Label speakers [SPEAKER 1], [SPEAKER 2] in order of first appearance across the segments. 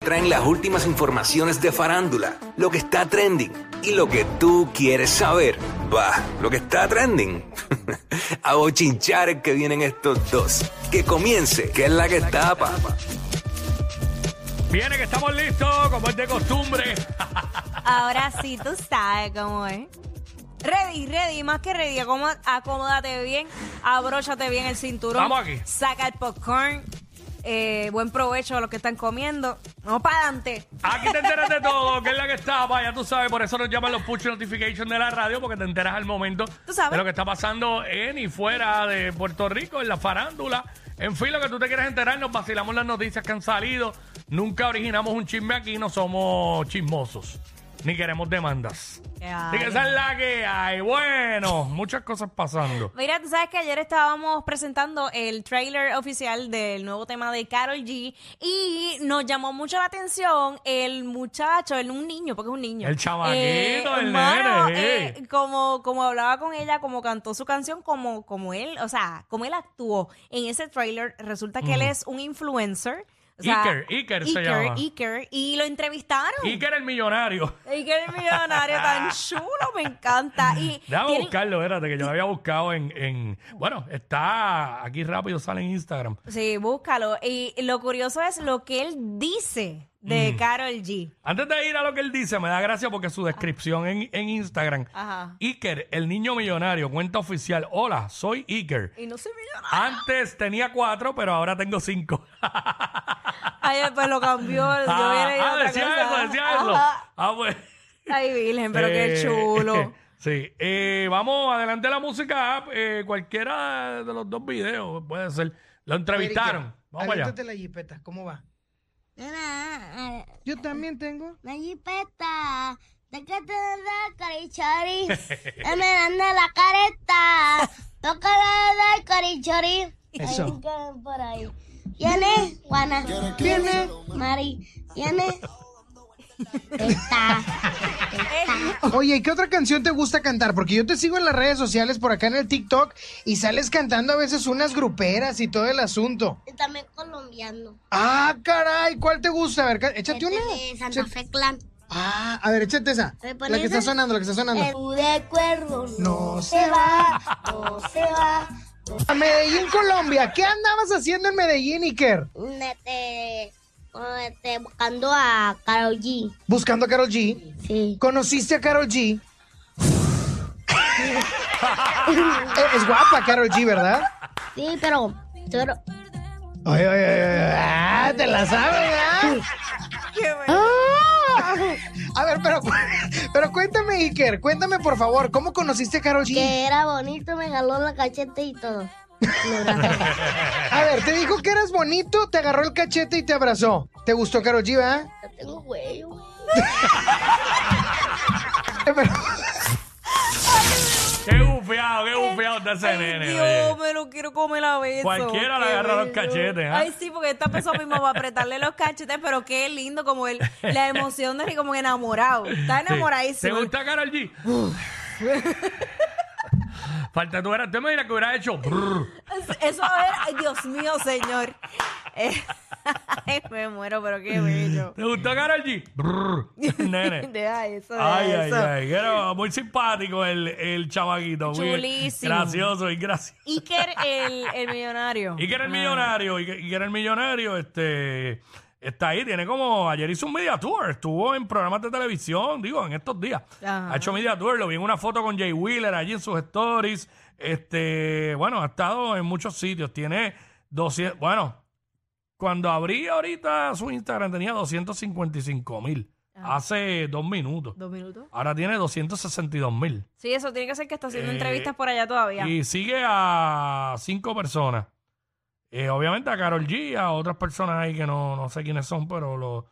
[SPEAKER 1] traen las últimas informaciones de farándula, lo que está trending y lo que tú quieres saber. Va, lo que está trending. A bochinchar que vienen estos dos. Que comience, que es la que tapa.
[SPEAKER 2] Viene que estamos listos, como es de costumbre.
[SPEAKER 3] Ahora sí, tú sabes cómo es. Ready, ready, más que ready. acomo- Acomódate bien, abróchate bien el cinturón.
[SPEAKER 2] Vamos aquí.
[SPEAKER 3] Saca el popcorn. Eh, buen provecho a los que están comiendo. Vamos para adelante.
[SPEAKER 2] Aquí te enteras de todo, que es la que está, ya tú sabes, por eso nos llaman los push notifications de la radio, porque te enteras al momento
[SPEAKER 3] Tú sabes.
[SPEAKER 2] de lo que está pasando en y fuera de Puerto Rico, en la farándula. En fin, lo que tú te quieras enterar, nos vacilamos las noticias que han salido. Nunca originamos un chisme aquí, no somos chismosos, ni queremos demandas. Así que esa es la que hay. Bueno, muchas cosas pasando.
[SPEAKER 3] Mira, tú sabes que ayer estábamos presentando el trailer oficial del nuevo tema de Carol G y nos llamó mucho la atención el muchacho, el, un niño, porque es un niño.
[SPEAKER 2] El chamaquito, el
[SPEAKER 3] mano,
[SPEAKER 2] nene,
[SPEAKER 3] eh,
[SPEAKER 2] sí.
[SPEAKER 3] como, como hablaba con ella, como cantó su canción, como, como él, o sea, como él actuó en ese trailer, resulta que él es un influencer. o sea,
[SPEAKER 2] Iker, Iker se llama.
[SPEAKER 3] Iker, y lo entrevistaron.
[SPEAKER 2] Y que era el millonario.
[SPEAKER 3] Iker el millonario tan chulo, me encanta. Y
[SPEAKER 2] Déjame
[SPEAKER 3] tienen-
[SPEAKER 2] buscarlo, espérate, que yo lo había buscado en, en- Bueno, está aquí rápido, sale en Instagram.
[SPEAKER 3] Sí, búscalo. Y lo curioso es lo que él dice de Carol G.
[SPEAKER 2] Antes de ir a lo que él dice, me da gracia porque su descripción en, en Instagram.
[SPEAKER 3] Ajá.
[SPEAKER 2] Iker, el niño millonario, cuenta oficial. Hola, soy Iker.
[SPEAKER 3] Y no se millonario.
[SPEAKER 2] Antes tenía cuatro, pero ahora tengo cinco.
[SPEAKER 3] Ay, pues lo cambió. Yo hubiera ido a
[SPEAKER 2] ah,
[SPEAKER 3] otra
[SPEAKER 2] decía
[SPEAKER 3] cosa.
[SPEAKER 2] eso, decía eso.
[SPEAKER 3] Ajá.
[SPEAKER 2] Ah, pues.
[SPEAKER 3] Ay, Virgen, pero qué
[SPEAKER 2] Eh,
[SPEAKER 3] chulo.
[SPEAKER 2] Sí, eh, vamos adelante la música, eh, cualquiera de los dos videos puede ser. Lo entrevistaron. Vamos allá.
[SPEAKER 4] Aviéntate la jipeta, ¿cómo va?
[SPEAKER 5] Nena, eh,
[SPEAKER 4] Yo también tengo.
[SPEAKER 5] la jipeta, déjate de dar carichori, dame la careta, tócale dar carichori.
[SPEAKER 4] Eso.
[SPEAKER 5] Ahí quedan por ahí. Viene Juana, viene Mari, viene esta.
[SPEAKER 4] Oye, ¿y qué otra canción te gusta cantar? Porque yo te sigo en las redes sociales, por acá en el TikTok, y sales cantando a veces unas gruperas y todo el asunto.
[SPEAKER 5] Y También colombiano.
[SPEAKER 4] Ah, caray, ¿cuál te gusta? A ver, ca- échate
[SPEAKER 5] Este
[SPEAKER 4] una.
[SPEAKER 5] de Santa
[SPEAKER 4] Echa-
[SPEAKER 5] Fe Clan.
[SPEAKER 4] Ah, a ver, échate esa.
[SPEAKER 5] ¿Me
[SPEAKER 4] La
[SPEAKER 5] pones
[SPEAKER 4] que está
[SPEAKER 5] esa?
[SPEAKER 4] sonando, la que está
[SPEAKER 5] El
[SPEAKER 4] sonando.
[SPEAKER 5] de cuervo
[SPEAKER 4] No se
[SPEAKER 5] va, no se va.
[SPEAKER 4] A Medellín, Colombia. ¿Qué andabas haciendo en Medellín, Iker?
[SPEAKER 5] Este, este, buscando a Karol G.
[SPEAKER 4] Buscando a Carol G.
[SPEAKER 5] Sí.
[SPEAKER 4] ¿Conociste a Carol G? Eh, es guapa Carol G, ¿verdad?
[SPEAKER 5] Sí, pero, pero
[SPEAKER 4] Ay, ay, ay, ay, ah, te la sabes, ¿verdad?
[SPEAKER 3] Qué bueno.
[SPEAKER 4] Ah. A ver, pero, cu- pero cuéntame, Iker, cuéntame por favor, ¿cómo conociste a Karol G?
[SPEAKER 5] que era bonito, me jaló la cachete y todo. Me abrazó.
[SPEAKER 4] A ver, te dijo que eras bonito, te agarró el cachete y te abrazó. ¿Te gustó Karol G, verdad?
[SPEAKER 5] Yo tengo cuello.
[SPEAKER 4] Eh, pero-
[SPEAKER 2] Qué bufiado, qué bufiado está ese
[SPEAKER 3] Ay,
[SPEAKER 2] nene.
[SPEAKER 3] Dios,
[SPEAKER 2] oye.
[SPEAKER 3] me lo quiero comer a beso.
[SPEAKER 2] Cualquiera le
[SPEAKER 3] Qué
[SPEAKER 2] agarra los
[SPEAKER 3] bello.
[SPEAKER 2] cachetes, ¿ah?
[SPEAKER 3] Ay, sí, porque esta persona misma va a apretarle los cachetes, pero qué lindo como él. La emoción de él, como enamorado. Está
[SPEAKER 2] Sí.
[SPEAKER 3] enamoradísimo.
[SPEAKER 2] ¿Te gusta Carol G? Falta tú eras, tú me dirás que hubiera hecho. brr.
[SPEAKER 3] Eso a ver, ay, Dios mío, señor. Eh, ay, me muero, pero qué bello.
[SPEAKER 2] ¿Te gustó Carol G? Brr. Nene.
[SPEAKER 3] Deja eso, deja
[SPEAKER 2] Ay, ay,
[SPEAKER 3] eso.
[SPEAKER 2] ay. Era muy simpático el, el chavaquito. muy
[SPEAKER 3] Chulísimo.
[SPEAKER 2] Gracioso y gracioso.
[SPEAKER 3] Iker, el, el millonario.
[SPEAKER 2] Y que era el millonario, y que, y que era el millonario, este está ahí, tiene como, ayer hizo un media tour, estuvo en programas de televisión, digo, en estos días.
[SPEAKER 3] Ajá.
[SPEAKER 2] Ha hecho media tour, lo vi en una foto con Jay Wheeler allí en sus stories. Este, bueno, ha estado en muchos sitios, tiene 200, bueno, cuando abrí ahorita su Instagram tenía 255 mil, hace dos minutos.
[SPEAKER 3] Dos minutos.
[SPEAKER 2] Ahora tiene 262 mil.
[SPEAKER 3] Sí, eso tiene que ser que está haciendo
[SPEAKER 2] Eh,
[SPEAKER 3] entrevistas por allá todavía.
[SPEAKER 2] Y sigue a cinco personas. Eh, obviamente a Carol G, a otras personas ahí que no, no sé quiénes son, pero los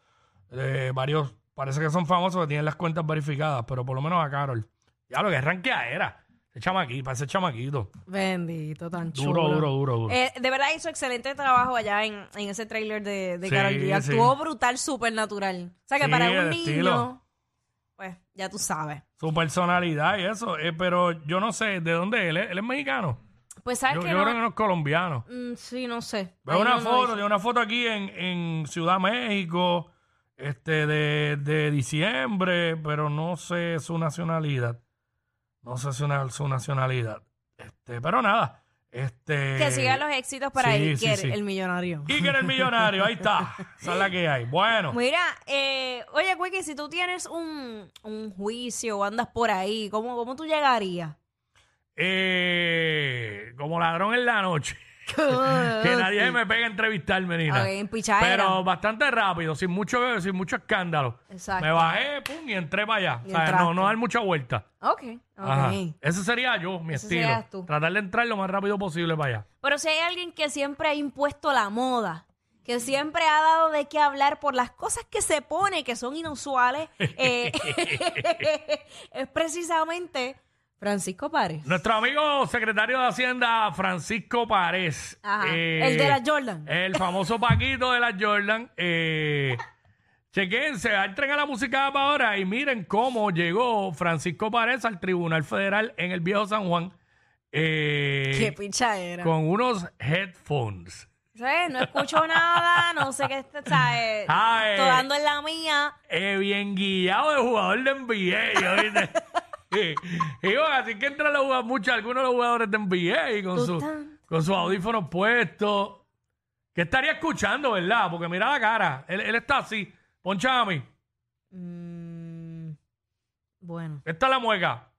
[SPEAKER 2] eh, varios parece que son famosos que tienen las cuentas verificadas, pero por lo menos a Carol. Ya lo que ranquea era. Ese chamaquito, para ese chamaquito.
[SPEAKER 3] Bendito, tan chulo.
[SPEAKER 2] Duro, duro, duro, duro.
[SPEAKER 3] Eh, de verdad hizo excelente trabajo allá en, en ese trailer de, de
[SPEAKER 2] Sí,
[SPEAKER 3] Karol G. Actuó
[SPEAKER 2] sí.
[SPEAKER 3] brutal, súper natural. O sea que
[SPEAKER 2] Sí,
[SPEAKER 3] para un
[SPEAKER 2] el
[SPEAKER 3] niño,
[SPEAKER 2] estilo.
[SPEAKER 3] pues ya tú sabes.
[SPEAKER 2] Su personalidad y eso. eh, pero yo no sé, ¿de dónde él es? ¿Él es mexicano?
[SPEAKER 3] Pues sabes
[SPEAKER 2] Yo,
[SPEAKER 3] que
[SPEAKER 2] yo
[SPEAKER 3] no.
[SPEAKER 2] creo que no es colombiano.
[SPEAKER 3] Mm, sí, no sé.
[SPEAKER 2] Veo
[SPEAKER 3] Ahí
[SPEAKER 2] una
[SPEAKER 3] no lo
[SPEAKER 2] foto,
[SPEAKER 3] hizo.
[SPEAKER 2] tiene una foto aquí en, en Ciudad México, este de, de diciembre, pero no sé su nacionalidad. No sé su, na- su nacionalidad. Este, pero nada. Este,
[SPEAKER 3] Que sigan los éxitos para
[SPEAKER 2] sí, sí,
[SPEAKER 3] Iker,
[SPEAKER 2] sí.
[SPEAKER 3] el millonario.
[SPEAKER 2] Iker el millonario, ahí está. Esa es la que hay. Bueno,
[SPEAKER 3] Mira, eh, oye, Quickie, si tú tienes un, un juicio o andas por ahí, ¿cómo, cómo tú llegarías?
[SPEAKER 2] eh, como ladrón en la noche. Que
[SPEAKER 3] que
[SPEAKER 2] nadie me pegue a entrevistarme ni nada.
[SPEAKER 3] Ah, Ok, en pichadera.
[SPEAKER 2] Pero bastante rápido, sin mucho, sin mucho escándalo.
[SPEAKER 3] Exacto.
[SPEAKER 2] Me bajé, pum, y entré para allá.
[SPEAKER 3] Y
[SPEAKER 2] O sea,
[SPEAKER 3] entraste.
[SPEAKER 2] no, no dar mucha vuelta.
[SPEAKER 3] Ok, ok.
[SPEAKER 2] Ajá. Ese sería yo, mi
[SPEAKER 3] Ese
[SPEAKER 2] estilo.
[SPEAKER 3] serías tú.
[SPEAKER 2] Tratar de entrar lo más rápido posible para allá.
[SPEAKER 3] Pero si hay alguien que siempre ha impuesto la moda, que siempre ha dado de qué hablar por las cosas que se pone, que son inusuales, eh, es precisamente Francisco Párez.
[SPEAKER 2] Nuestro amigo secretario de Hacienda, Francisco Párez.
[SPEAKER 3] Ajá,
[SPEAKER 2] eh,
[SPEAKER 3] el de la Jordan.
[SPEAKER 2] El famoso Paquito de la Jordan. Eh, chequense, entren a la música para ahora y miren cómo llegó Francisco Párez al Tribunal Federal en el Viejo San Juan. eh,
[SPEAKER 3] Qué picha era.
[SPEAKER 2] con unos headphones.
[SPEAKER 3] ¿Sabes? No escucho nada, no sé qué está, ¿sabes?
[SPEAKER 2] Ay.
[SPEAKER 3] Estoy dando en la mía.
[SPEAKER 2] Eh, bien guiado de jugador de NBA, ¿yo ¿viste? Y, y bueno, así que entran los jugadores, muchos, algunos de los jugadores de NBA con,
[SPEAKER 3] Tú
[SPEAKER 2] su,
[SPEAKER 3] tan-
[SPEAKER 2] con sus audífonos puestos. ¿Qué estaría escuchando, verdad? Porque mira la cara. Él, él está así. Ponchame.
[SPEAKER 3] Mm, bueno.
[SPEAKER 2] Esta es la mueca.